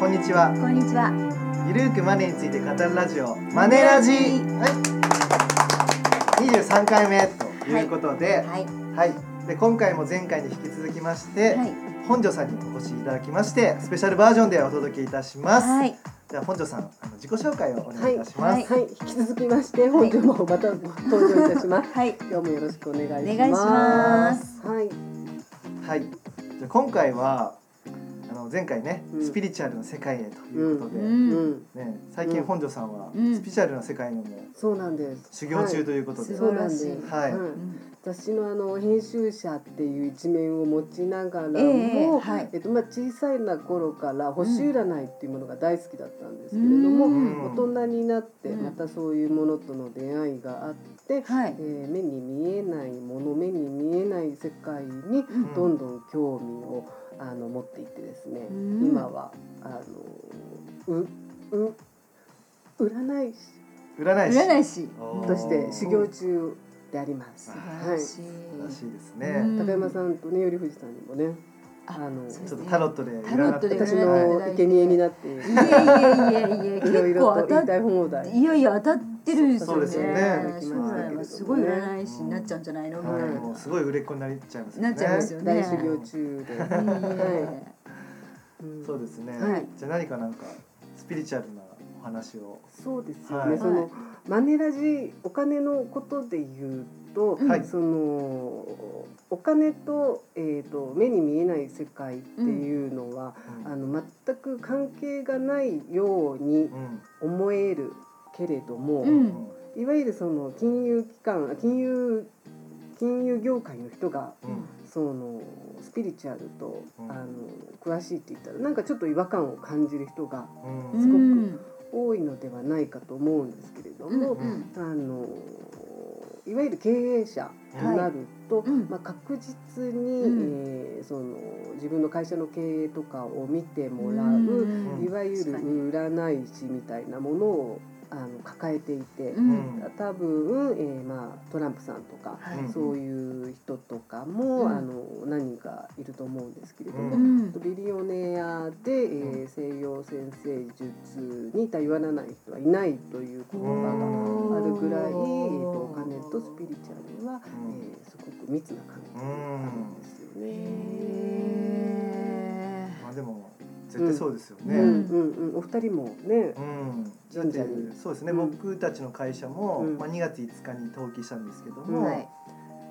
こんにちは。こんにちは。ゆるーくマネーについて語るラジオマネラジ。はい。二十三回目ということで、はい。はい。で今回も前回に引き続きまして、はい。本庄さんにお越しいただきまして、スペシャルバージョンでお届けいたします。はい。じゃあ本庄さん、あの自己紹介をおは願いい、いたします。。はい、はい引き続きまして、本庄もまた登場いたし ます。はい。今日もよろしくお願いします。お願いしますはい、はい。じゃあ今回はあの前回ね、うんスピリチュアルの世界へということで、う。うんん、ね最近本庄さんはうんスピリチュアルな世界のもそうなんです。修行中とはいいうことで、すそごうなんです。はい私のあの編集者っていう一面を持ちながらも、ええはいえっとまあ小さいな頃から星占いっていうものが大好きだったんですけれどうも、ん大人になってうんまたそういうものとの出会いがあって、はいえ。ー目に見えないもの目に見えない世界にうんどんどん興味をあの持っていってですね、うん今はあのうう占い師占い師占い師。おーとして修行中であります。う素ん晴らしい。らしいですうね。ん高山さんとね頼藤さんにもね、ああのそうでちすょっとねタロットで占ってタロットで私占のっていただいて生贄になっていいえいえいえいえ、ろ結いろ構当と言たいったい放題。いよいよ当たってるんですよそうね。ですよね将来はすごい占い師になっちゃうんじゃないのみたいはい、な。もうすごい売れっ子になっちゃいますよね。なっちゃいますよね大修行中で。いえいえうんそうですね。はいじゃあ何かなんかスピリチュアルなお話を。そうですよね。はいそのマネラジお金のことで言うと、はいそのお金とえっ、と目に見えない世界っていうのは、うんあの全く関係がないようにうん思えるけれども、うんいわゆるその金融機関金融金融業界の人がうんそのスピリチュアルと、うんあの詳しいって言ったらなんかちょっと違和感を感じる人がうんううんん多いのではないかと思うんですけれども、うんあのいわゆる経営者となると、いうんまあ、確実に、うんえーその自分の会社の経営とかを見てもらう、うんいわゆ確るかに占い師みたいなものをあの抱えていて、ううんん多分、えーまあ、トランプさんとか、はうんいそういう人とかも、うんあの何人かいると思うんですけれども。うんうんビリオネアで、えーうん西洋先生術に頼らない人はいないという言葉があるぐらい、えー、とお金とスピリチュアルは、うんえーすごく密な関係があるんですよへね。まあでも絶対そうですようね。んうんうん、お二人もね、うん、だっ神て社にそうですね、うん僕たちの会社も、うんまあ、2月5日に登記したんですけどーも、はい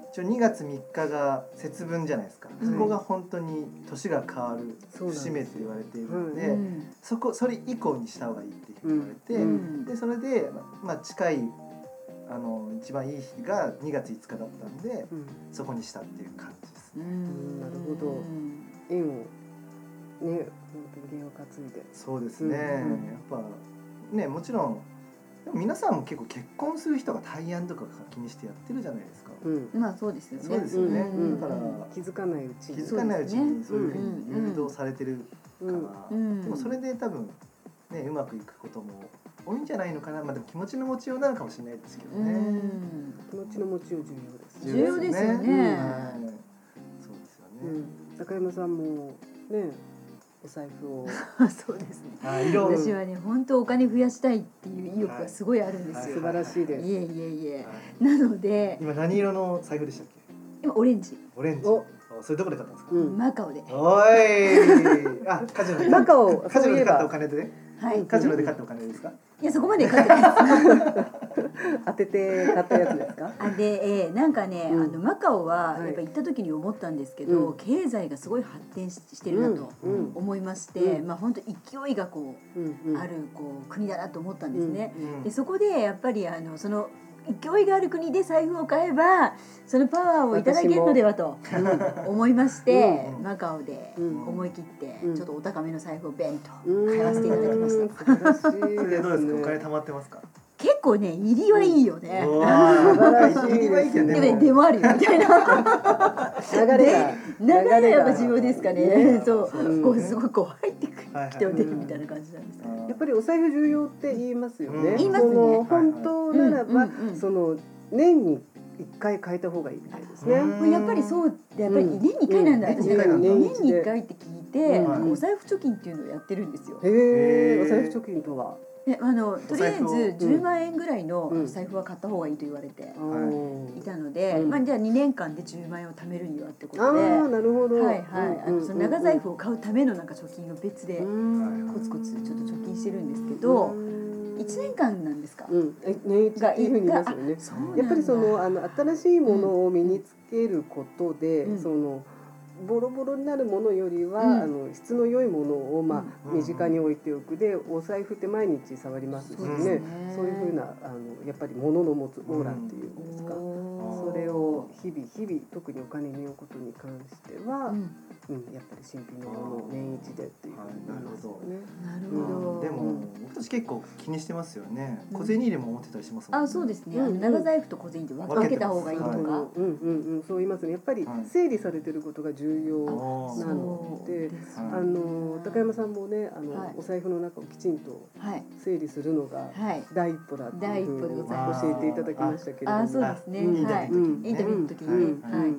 一応2月3日が節分じゃないですか、いそこが本当に年が変わるそうなんです節目って言われているので、うんそこそれ以降にした方がいいって言われて、うでそれで、まあ、近いあの一番いい日が2月5日だったんでうん、そこにしたっていう感じですね。うんなるほど縁をね本当に芸を担いで。そうですね、うんうんやっぱねもちろんでも皆さんも結構結婚する人が大安とか気にしてやってるじゃないですか。うん、まあそうですよね。そうですよね、うんだから気づかないう気ちに。づかないうちにそそうういうですふねうに誘導されてるうかんら、うんでもそれで多分ねうまくいくことも多いんじゃないのかなまあでも気持ちの持ちようなのかもしれないですけどうね。ん気持ちの持ちよう重要ですね。重要ですよねはいそうですようね。ん、高山さんもねお財布をそうですね。あ色私はね本当お金増やしたいっていう意欲がすごいあるんです素よ。晴らしいいです、えいえいえは。なので今何色の財布でしたっけ？今オレンジオレンジ。おあそれどこで買ったんですか？うんマカオで。おい。あカジノで。マカオカジそノういで買っえたおば金でね。はい。カジノで買ったお金ですか？いやそこまで買ってないです。当てて買ったやつですかあで、えーなんかね、うんあのマカオははいやっぱ行った時に思ったんですけど、うん経済がすごい発展ししてるなとうんうん思いまして、うんまあ本当勢いがこうんう、うん、あるこう国だなと思ったんですね。うんでそこでやっぱりあのその勢いがある国で財布を買えばそのパワーをいただけるのではと思いまして、うんマカオでうん思い切ってうんちょっとお高めの財布をベンとうん買わせていただきました素晴らしいそれでどうですか？お金ね貯まってますか？結構ね入りはいいよね、うわー素晴らしいですねででももね出回るよみたいな流れが流れがやっぱ重要ですかねねそううんこうすごくこう入ってくはいはいきては出るみたいな感じなんですね、やっぱりお財布重要って言いますよね、うん言いますねその本当ならば、はいはいうんうんうんその年に一回変えた方がいいみたいですね、うんやっぱりそうやっぱり年に1回なんだ、うん私なんか年に一回なんだ年に1回って聞いて、て、うんなんかお財布貯金っていうのをやってるんですよ。へえへーお財布貯金とはであのとりあえずお財布を10万円ぐらいのうん財布は買った方がいいと言われてあーいたので、うんまあ、じゃあ2年間で10万円を貯めるにはってことあで、ーなるほどはいはい、あうのんうんうんうんその長財布を買うためのなんか貯金を別でうんコツコツちょっと貯金してるんですけど、うん1年間なんですか、うんえねがっていうふうに言いますよねそうなんだやっぱりそのあの新しいものを身につけることで、うんそのボロボロになるものよりは、うんあの質の良いものをまあ、うん身近に置いておくでお財布って毎日触りますしそうですねねそういうふうなあのやっぱり物の持つオーラっていうんですか、おーそれを日々日々特にお金にようことに関しては、ううんんやっぱり新品のものを年一でっていうふうに言いますよね。なるうほど、んでうもん僕たち結構気にしてますよねうん小銭入れも持ってたりしますもんねあそうですね、うんあの長財布と小銭で分けた方がいいとか、分けてまうんうんうん、そう言いますね。やっぱりはい整理されてることが重要あなーのでそうすはいあの高山さんもねあの、はいお財布の中をきちんとはい整理するのがはい第一歩だっていうふうに第一歩でございます教えていただきましたけれどもあそうですねあいいはだいけどうんインタビューの時にね、うんはい、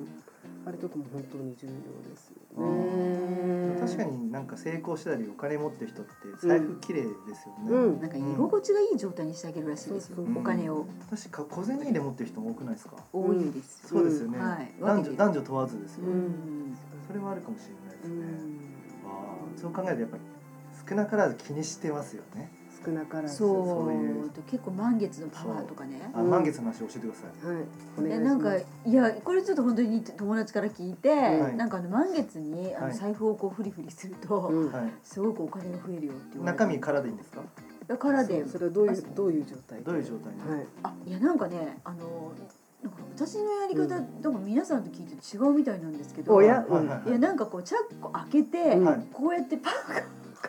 あれとかも本当に重要ですようねん確かになんか成功したりお金持ってる人って財布綺麗ですよね、うんなんか居心地がいい状態にしてあげるらしいですよ、そうそうお金を確か小銭入れ持ってる人も多くないですか多いです、そうですよね、はい男分女けてる男女問わずですよ、ううんんそれはあるかもしれないですうね、んああそう考えるとやっぱり少なからず気にしてますよね少なからずそうそういうと結構満月のパワーとかねあうん満月の話教えてください、はいお願いえしますなんかいやこれちょっと本当に友達から聞いて、はいなんかあの満月にあはのい財布をこうフリフリすると、うんはい、すごくお金が増えるよって言われて中身からでいいんですかだからでそうそれはどういあうどういう状態どういう状態はいあいやなんかねあのなんか私のやり方、なんか皆さんと聞いて違うみたいなんですけどおいやはいはいはいやなんかこうチャック開けて、うんはいこうやってパ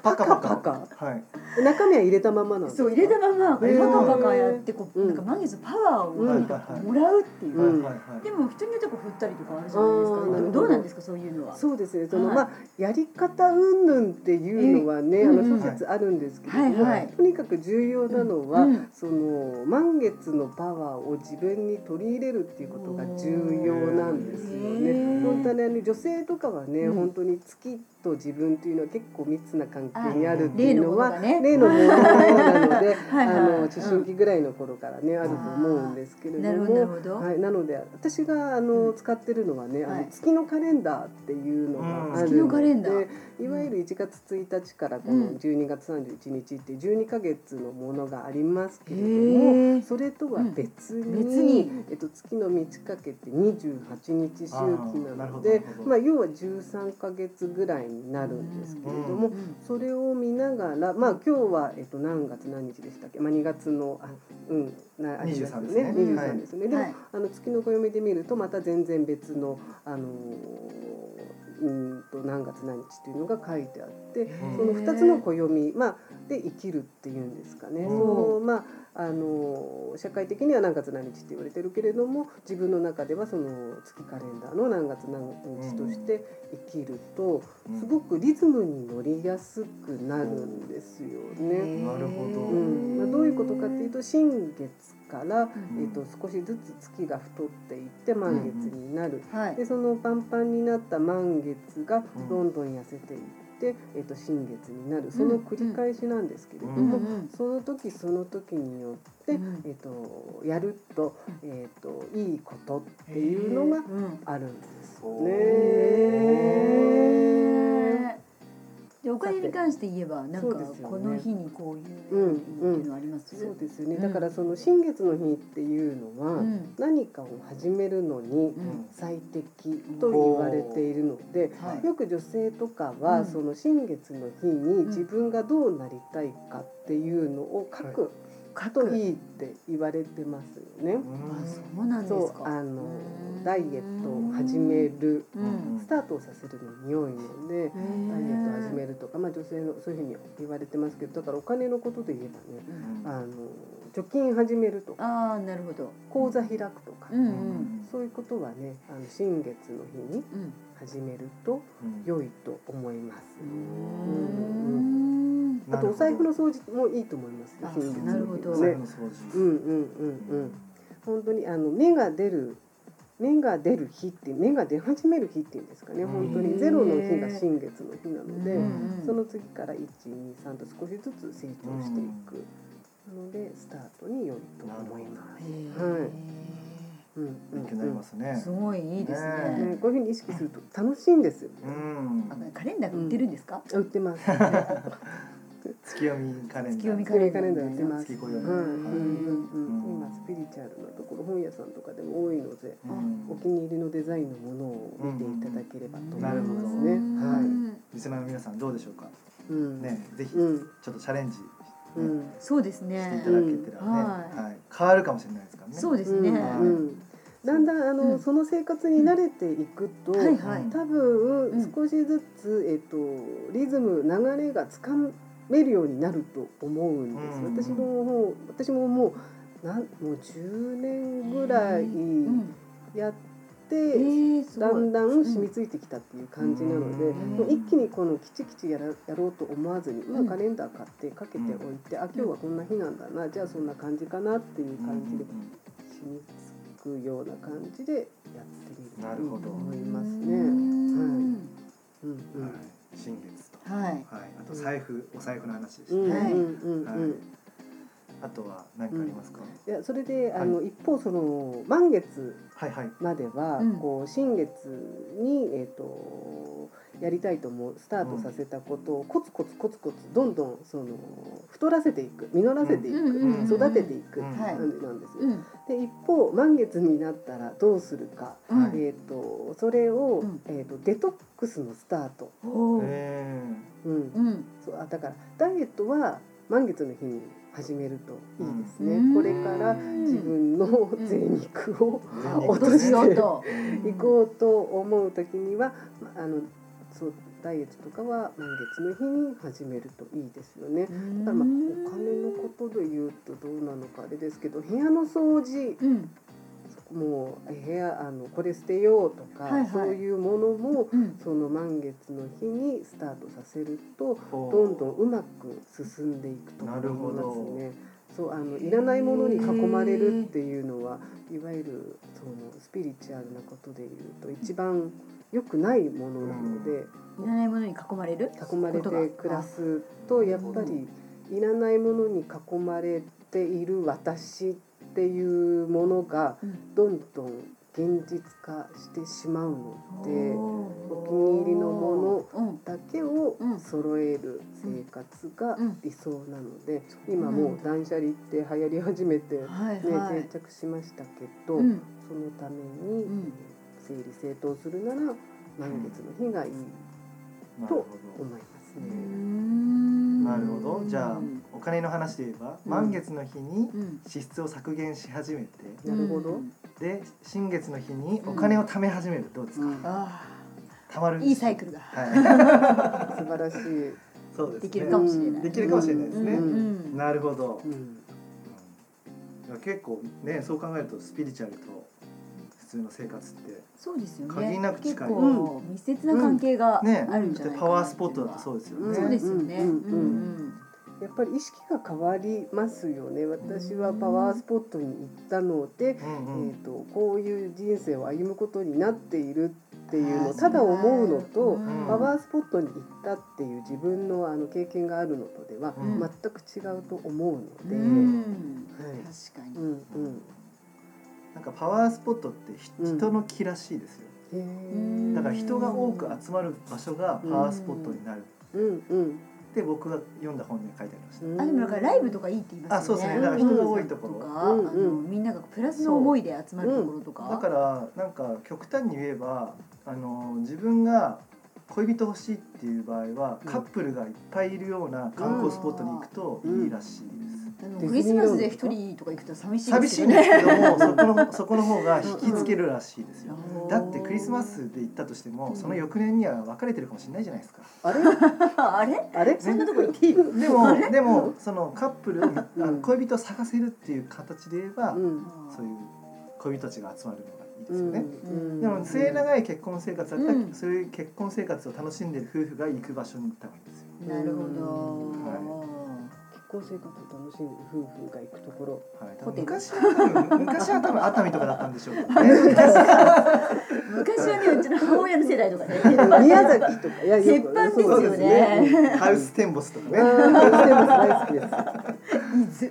パカパカパカはい中身は入れたままなんンですかそう入れたままパへーカパカやってこう、うんなんか満月のパワーをうんなんかこうもらうっていう、はいうんはいはいでも人によってこう振ったりとかあるじゃないですあかーでなるほもどどうなんですかそういうのは。そうですね。その、はいまあやり方云々っていうのはね、うんあの諸説あるんですけれども、はいはいとにかく重要なのは、うんその満月のパワーを自分に取り入れるっていうことが重要なんですへよね。ー本当にあの女性とかはね、うん本当に月と自分というのは結構密な関係にあるってい例うののものは。がね。例のものなので、 はいはいあの思春期ぐらいの頃からね、あると思うんですけれなどるほど、なもるほど。はい、なので私があの、うん使ってるのはね、あはのい月のカレンダーっていうのがあるので、うん月のカレンダーいわゆる1月1日からこうのん12月31日って12ヶ月のものがありますけれども、へえ。それとは別に,、うん別にえっと、月の満ち欠けって28日周期あーななるほどなのでるほどまあ、要は13ヶ月ぐらいになるんですけれども、うんうんそれを見ながら、まあ、今日は、えっと、何月何日でしたっけ、まあ、2月のあ、うん、なあります23ですね23はいですねでも、はいあの月の暦で見るとまた全然別の、あのーうーんと何月何日というのが書いてあってんその2つの暦、まあ、で生きるっていうんですかね。うんそのまああのー社会的には何月何日って言われてるけれども自分の中ではその月カレンダーの何月何日として生きると、すごくリズムに乗りやすくなるんですよね。なるほどううんまあ、どういうことかっていうと新月から、んえっと少しずつ月が太っていって満月になる、はいでそのパンパンになった満月がうんどんどん痩せていって、えっと新月になるその繰り返しなんですけれどうんも、うんうんその時その時によって、うんえっとやると,、えっといいことっていうのがうんあるんですよね。へえ。でお金に関して言えばなんそかうですよこねの日にこういうっていうのあります。そうですよね、うんだからその新月の日っていうのは、うん何かを始めるのにうん最適と言われているので、はいよく女性とかうはんその新月の日に自分がどうなりたいかっていうのを書くかといいって言われてますよね。あうそうなんでそすうか。あのうんダイエットを始めるうん。スタートをさせるのに良いので、ダイエダイエットを始めるとか、まあ、女性のそういうふうに言われてますけどだからお金のことで言えばんねあの貯金始めるとかああなるほど。口座開くとか、うんううんんそういうことはねあの新月の日にうん。始めるとうん良いと思います。ううんんあとお財布の掃除もいいと思いますよあ。新月なるのほ日どおは財ね布。の掃う除んうんうんうん。本当にあの芽が出る芽が出る日って芽が出始める日っていうんですかね本当うにんゼロの日が新月の日なので、うんその次から123と少しずつ成長していく、なのでスタートに良いと思います。はいうんうん勉強になりますねすごいいいですすね。ね、こういうふうに意識すると楽しいんです。うんあカレンダーが売ってるんですか？売ってます。月読みカレンダー月読みカレンダー売ってます。月うんこうよんりうんうんうん今スピリチュアルなところ本屋さんとかでも多いので、うんお気に入りのデザインのものを見ていただければと思いなるほまどすね。はい。い。リスナーの皆さんどうでしょうかうん。ねぜひちうょん。っとチャレンジねうん。そうですしていねた。だけたらねうんはい変わるかもしれないですからねそうですうね。んはいうんだんだんあの、うんその生活に慣れていくと、はいはい。多うん分少しずつ、えっとリズム流れがつかめるようになると思うんです。うん私の方私ももうなんもう10年ぐらいうんやって。えーすだごんい。だん染みついてきたっていう感じなので、うんもう一気にこのきちきちやらやろうと思わずに、まあ、カレンダー買ってかけておいて、あ今日はこんな日なんだなじゃあそんな感じかなっていう感じで染みつくような感じでやってみるなとるいほいとど思いますね。うんうんうんはい新月とはい。はいあと財布お財布の話ですうんうんねはいうんはうんいあとは何かありますかいやそれであの、一方その満月はいはいまでは、うんこう新月に、えー、とやりたいと思うスタートさせたことをコツコツコツコツどんどんその太らせていく実らせていく、うんうんうん育てていくうんはい感じなんですよ。うん。で一方満月になったらどうするか、うんはいえー、とそれを、うんえー、とデトックスのスタート、おーえうんうん。そうあだからダイエットは満月の日に始めるといいですね。うんこれから自分のん贅肉をー落としよ うと。行こうと思う時には、まあのそうダイエットとかは満月の日に始めるといいですよね。だからまあお金のことで言うとどうなのかあれですけど部屋の掃除うん。もう部屋あのこれ捨てようとか、はいはいそういうものもうん。その満月の日にスタートさせるとどどんどんうまく進んでいくと思いなるますほね。そうあのいらないものに囲まれるっていうのはいわゆるそのスピリチュアルなことでいうと一番良くないものなので、いらないものに囲まれる。囲まれて暮らすとやっぱりいらないものに囲まれている私っていうものがうんどんどん現実化してしまうので。お気に入りのもの。うん。だけをうん揃える生活がうん理想なので、今もう断捨離って流行り始めて、ねはいは定い。着しましたけど、うんそのために、ん整理整頓するなら満月の日がいいなるとほ思いますうーね。んどなるほどじゃあうんお金の話で言えば満月の日にうん支出を削減し始めてなるほどうんで新月の日にお金を貯め始めるどうですかうんあ貯まるあんいでいすサイクルが はい素晴らしい。そうですねできるかもしれないできるかもしれないですねうんうんなるほどうんうんいや結構ねそう考えるとスピリチュアルと普通の生活ってそうですよね限りなく近い結構密接な関係があねるんでじゃないかなっていうのはパワースポットだとそうですようんねそうですよねううんんうんうんやっぱり意識が変わりますよね。私はパワースポットに行ったので、うんうんえー、とこういう人生を歩むことになっているっていうのあをーただ思うのと、そううんパワースポットに行ったっていう自分のあの経験があるのとではうん全く違うと思うので、うんはい確かうにんうんなんかパワースポットってひうん人の気らしいですよへうんーだから人が多く集まる場所がパワースポットになるうんうんって僕が読んだ本で書いてありましたうんあでもなんかライブとかいいって言いますよねあそうですねだから人が多いところとかあのうんうみんながプラスの思いで集まるところとかだからなんか極端に言えばあの自分が恋人欲しいっていう場合はうんカップルがいっぱいいるような観光スポットに行くとうんいいらしいです。あのディズクニリースラマンドスで一人とか行くと寂しい寂でしすいよんですねけどもそこのそこの方が引きつけるらしいですよ。だってクリスマスで行ったとしてもその翌年には別れてるかもしれないじゃないですか。あ れ あれあれそんなとこ行っていいのでもでもそのカップルをあうのん恋人を探せるっていう形で言えばうんそういう恋人たちが集まるのがいいですよね。うんでも末うん永い結婚生活だったら、うんそういう結婚生活を楽しんでる夫婦が行く場所に行った方がいいんですよ。なるほど、は婚生活を楽しむ夫婦が行くとこ ろはい、多ホテ分ル昔は多分昔は多分熱海とかだったんでしょうけどね。昔はねうちの母親の世代とかね宮 崎とかいやよく鉄板ですよね そううんハウステンボスとかあね。ーはハ ウステンボス大好い、き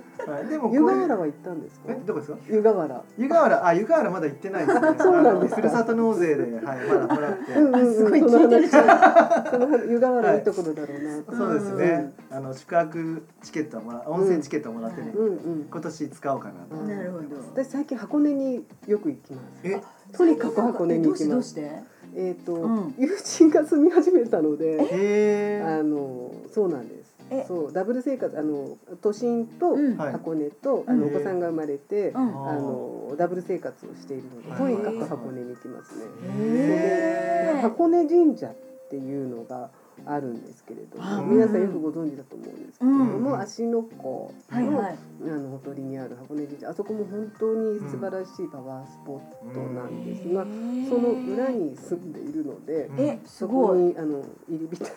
でもです湯こ河ういう原は行ったんですかえどこですか？湯河原湯河原あ湯河原まだ行ってないですね。 そうなんですあかのふるさと納税ではいまだもらって。うんうんすごいその聞いてる話その話湯河原いいところだろうなってそうですね。あの宿泊チケットはもら温泉チケットはもらってね、うんうん今年使おうかなと。うんなるほど私最近箱根によく行きますえとにかく箱根に行きどまうしすてどうしてえっとうん友人が住み始めたのでへあのそうなんですえそうダブル生活あの都心とうんはい箱根とあのうおん子さんが生まれてうんああのダブル生活をしているのではいとにかく箱根に行きますね。へー箱根神社っていうのがあるんですけれども、うん皆さんよくご存知だと思うんですけれども、うん芦ノ湖の,、はいはいあのほとりにある箱根神社あそこも本当に素晴らしいパワースポットなんですが、その裏に住んでいるので、うんえすそこごいにあの入り浸っ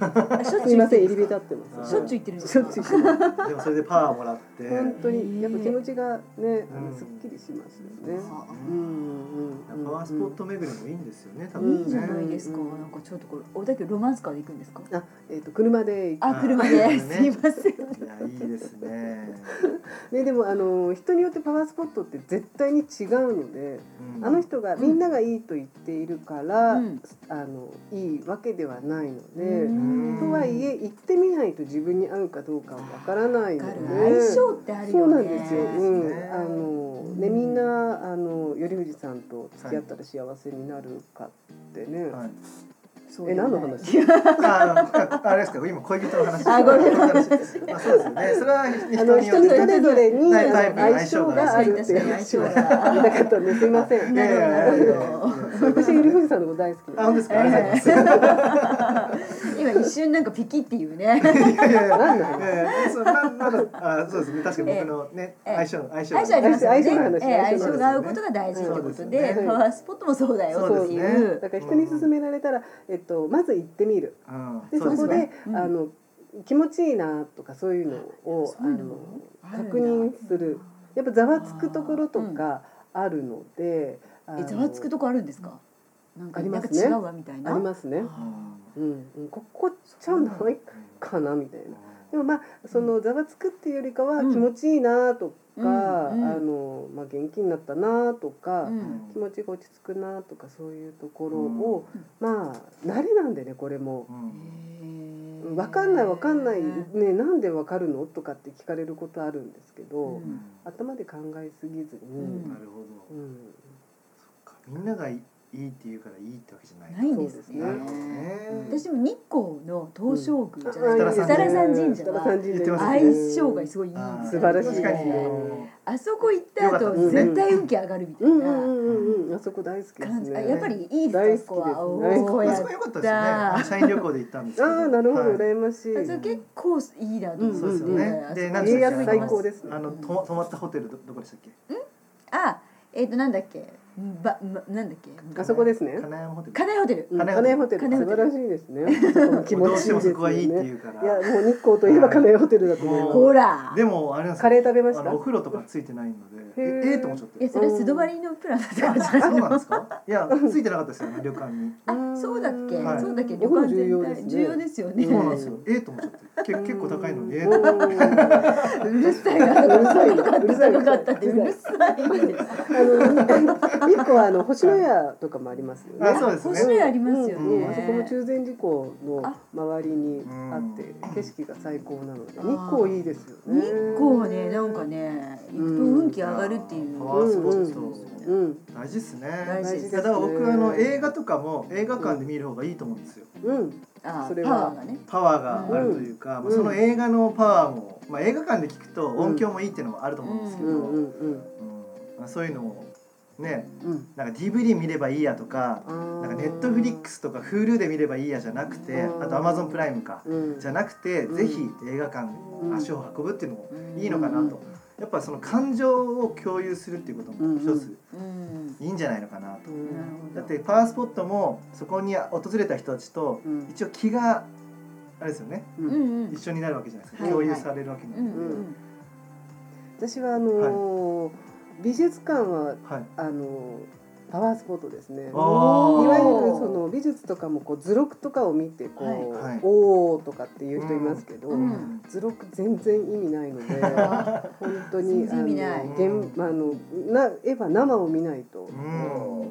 あしょっちゅうすいません入行り浸ってます。しょっちゅう行ってるんですしょかっちゅう行ってますでもそれでパワーもらって。本当にやっぱ気持ちがね、あうんのすっきりしますよね。はあうんうんうんうんパワースポット巡りもいいんですよね。多い分いじゃなね。いですか、なんかちょっとこれおだけロマンスカーで行くんですかあ、えっ、と車で行くあはい車で、はいすいませんいやいいですね。ね、でもあの人によってパワースポットって絶対に違うので、うんあの人がみんながいいと言っているから、うんあのいいわけではないので、うんとはいえ行ってみないと自分に合うかどうかわからないわかるので、相性ってあるよねそうなんですよ。うそうですん、ねあのねみんなあの頼藤さんと付き合ったら幸せになるかってね。はい。そうだえよね何の話？ ああれですか、今恋人の話。あごめん恋人の話まあ、そうですよね。それはあ人のに人よってそれぞ れにタイプ相相性性ががあるっていう確かに 相話を言い性がたかったんです。すいません。いやいやいやいやそういうこと私ねゆるふじさんのこと大好きあ、な本ん当で。ですすか。ありがとうございます。今一瞬なんかピキっていうねいやいやいや何なのええそうままだあそうですね確かに僕のねええ相性の相性の相性ありますよね相性の話ええ相相性の話性が合うことが大事ってことそうでですよねパワースポットもそうだよそうっでてすいねうだから人に勧められたら、えっとまず行ってみる。うんでそそうこですねで、うんあの気持ちいいなとかそういうのをそあういうののあるんだ確認する。やっぱざわつくところとかあるので、あえのざわつくとこあるんですかなんかありなまんかすね違うわみたいなありますね。うんうん、うんここちゃうのないかなみたいな。でもまあそのざわつくっていうよりかはうん気持ちいいなとか、うんうんあのまあ元気になったなとか。うん気持ちが落ち着くなとかそういうところを、うんまあ慣れなんでねこれもう。んへえ分かんない分かんない、うんね、なんで分かるのとかって聞かれることあるんですけど、うん頭で考えすぎずに、うんなるほうどんそっかみんながいいいいって言うからいいってわけじゃないないんですねそうですねうん私も日光の東照宮じゃないうんであすか設設楽楽山神設社楽は山神社言ってます相性がすごごいいいいんあーです素よ晴らし確いかにあそこ行ったよかったで後すね絶対運気上がるみたういんうんなうんうんあそこ大好きです感じ、あねやっぱりいい大で好きすかそこはですおあーやそこ良かったですよねやったあの社員旅行で行ったんですけどあ あなるほど、はい羨ましいそれ結構いいなと思って、そうですよねあそこでなん家でしたっ康け最高ですねあのと泊まったホテルどどこでしたっけあえっ、となんだっけばまなんだっけあそこですね金山ホテル金井ホテル、う金ん金谷谷ホテル金谷ホ素テ晴ルらしいです ね気持どうちいしいてでもすそよこはいいってね言うかいやらもう日光といえば金谷ホテルだと思いほらでもあれなんですカレー食べましたあのお風呂とかついてないのでえへーえーと思っちゃっえてそれは素泊まりのプランだったかもしれないそうなんですかいやついてなかったですよね旅館にあま すそうだっけ、はいそうだっけ旅僕も館重全要体で重す要ねですよねそうなんですよえーと思っちゃってけ結構高いの にえーと思っうてんうるさいな うるさい高かったってうるさいですあの一個はあの星のやとかもありますよね。あそうですね星のやありますよね、うんうんあそこも中禅寺湖の周りにあってあ景色が最高なのであ日光いいですよね。日光はねなんかね行くと運気上がるっていうパワースポットうん大事ですね大事ですいやだから僕あの映画とかも映画館で見る方がいいと思うんですようんあそれパはワーがねパワーがあるというか、んまあ、その映画のパワーも、まあ、映画館で聞くと音響もいいっていうのもあると思うんですけうど、うんんうんうんまあ、そういうのもねうん。なんか DVD 見ればいいやとかななんかネットフリックスとか Hulu で見ればいいやじゃなくてうんあと Amazon プライムかじゃなくて、うんぜひ映画館うん足を運ぶっていうのもいいのかなと、やっぱその感情を共有するっていうことも一つうんいいんじゃないのかなと、なるほだどってパワースポットもそこに訪れた人たちとうん一応気があれですよねうんうんうん一緒になるわけじゃないですか、はいはい共有されるわけじゃうないでんすか、うん私はあのー美術館ははいあのーパワースポットですあね。いーわゆるその美術とかもこう図録とかを見てこう、はいはいおおとかっていう人いますけど、うん図録全然意味ない のであ本当全に然意味ないあの現あのな絵は生を見ないと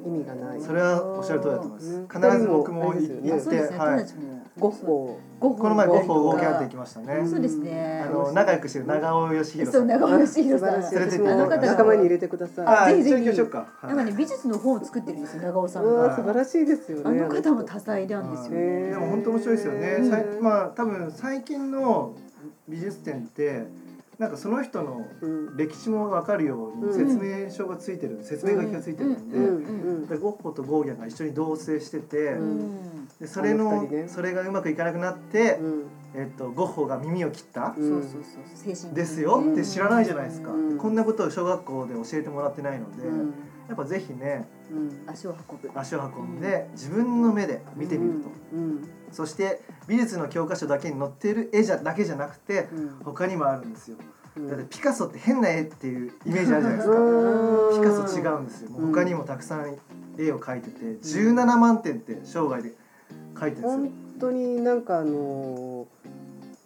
うん意味がない。それはおっしゃる通りだと思いますうん必ず僕も行っいて、やそうですね。は友い達もゴッホゴッホこの前ゴッホとウォーかキャンって行きましたね、うんそうですねあの仲良くしてる長尾義弘そさうん長尾義素弘晴さん連連れてれってて行きましょうあもの方が仲間に入れてくださあぜい。ーひぜひ一緒に行きましょうか、なはんかいね美術の本を作ってるんですよ長尾さんうわがー素晴らしいですよあね。の方も多彩なんですよへーねでも本当面白いですよね。さいうんまあ多分最近の美術展ってなんかその人のうん歴史もわかるよううにん説明書がついてる、説明書きがついてるんで、うんんでゴッホとゴーギャンが一緒に同棲してて、ううんんでそれのあの二人ねそれがうまくいかなくなってう、んえっとゴッホが耳を切ったそうそうそうそう精神的にですよって知らないじゃないですか。うんでこんなことを小学校で教えてもらってないので、うんやっぱぜひねうん足を運ぶ足を運んで自分の目で見てみると。うんそして美術の教科書だけに載っている絵じゃだけじゃなくてうん他にもあるんですようんだってピカソって変な絵っていうイメージあるじゃないですうかんピカソ違うんですよもう他にもたくさん絵を描いてて17万点って生涯で描いてるんで本当になんかあのー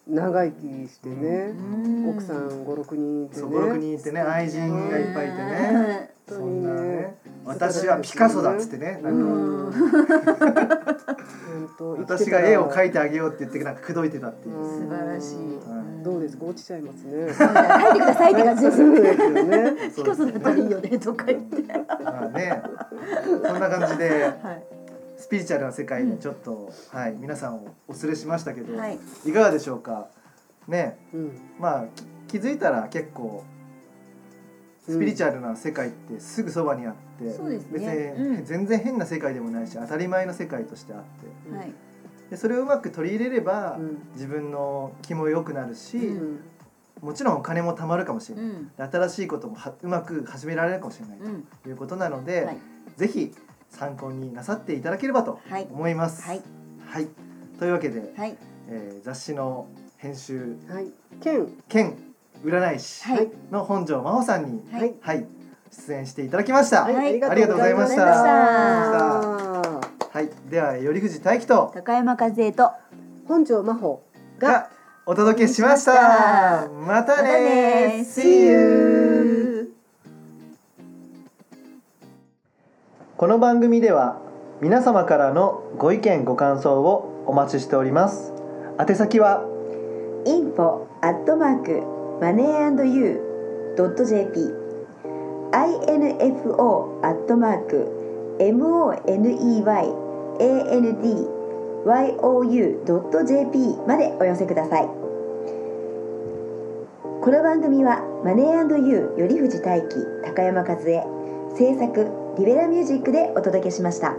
長生きしてね、奥さん五六人いてすねよそう56人いてね愛人がいっぱいいてねね本そ当にんなねね私はピカソだっつってねなうんかん本当私が絵を描いいてあげようって言ってなんか口説いてたっていう素晴らしいはどうですか落ちちゃいますね書いてくださいって感じですそようねですよねそピうでカすソ ねだったらいいよねとか言ってまあねそんな感じではいスピリチュアルな世界にちょっと、はい皆さんをお連れしましたけど、、はいいかがでしょうかねうんまあき気づいたら結構スピリチュアルな世界ってすぐそばにあって、そうです別に、ねうん全然変な世界でもないし当たり前の世界としてあってうんはいでそれをうまく取り入れれば、うん自分の気も良くなるし、うんもちろんお金も貯まるかもしれうない、んで新しいこともはうまく始められるかもしれないうんということなので、はいぜひ参考になさっていただければとはい思います。はいはい、というわけで、はいえー雑誌の編集はい剣兼占い師はいの本庄真帆さんに、はいはいはい、出演していただきました。はいはい、ありがとうございましたあでは、頼藤大樹と高山和恵と本庄真帆ががお届けしました。またね See See you! この番組では皆様からのご意見ご感想をお待ちしております。宛先は info アットマークマネー .jp info アットマーク moneyandyou.jp までお寄せくださいこの番組はマネー &you 頼藤大輝高山和恵制作リベラミュージックでお届けしました。